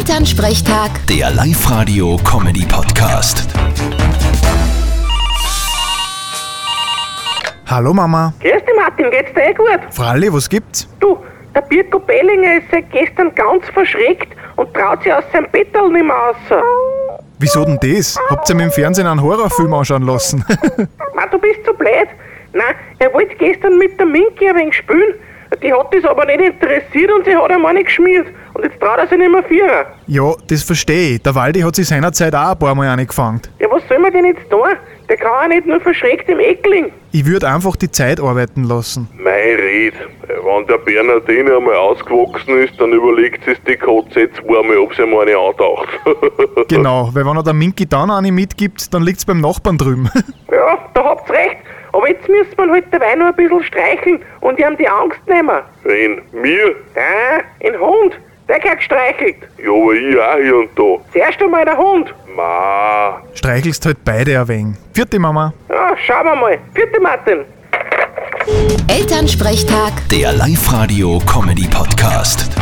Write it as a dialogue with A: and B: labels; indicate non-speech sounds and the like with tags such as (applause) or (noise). A: Elternsprechtag,
B: Der Live-Radio-Comedy-Podcast.
C: Hallo Mama.
D: Grüß dich, Martin, geht's dir eh gut?
C: Fralli, was gibt's?
D: Du, der Birko Bellinger ist seit gestern ganz verschreckt und traut sich aus seinem Bettel nicht mehr raus.
C: Wieso denn das? Habt ihr mir im Fernsehen einen Horrorfilm anschauen lassen? (laughs)
D: Ma, du bist zu blöd. Nein, er wollte gestern mit der Minki ein wenig spielen. Die hat das aber nicht interessiert und sie hat ihm eine geschmiert. Und jetzt traut er sich nicht mehr vierer.
C: ja, das verstehe ich. Der Waldi hat sich seinerzeit auch ein paar Mal angefangen.
D: Ja, was soll man denn jetzt tun? Der kann auch nicht nur verschreckt im Eckling.
C: Ich würde einfach die Zeit arbeiten lassen.
E: Mein Red, wenn der Bernardine einmal ausgewachsen ist, dann überlegt sich die Katze jetzt einmal, ob sie mal eine (laughs) antaucht.
C: Genau, weil wenn er der Minky dann eine mitgibt, dann liegt's beim Nachbarn drüben. (laughs)
D: Ja, da habt's recht. Aber jetzt müsste man halt dabei noch ein bisschen streicheln und ihm die Angst nehmen.
E: Wen? Mir?
D: Ah, ein Hund, der gehört gestreichelt.
E: Ja, aber ich auch hier und da.
D: Zuerst einmal der Hund.
E: Ma,
C: Streichelst halt beide ein wenig. Vierte Mama.
D: Ja, schauen wir mal. Bitte, Martin.
A: Elternsprechtag.
B: Der Live-Radio-Comedy-Podcast.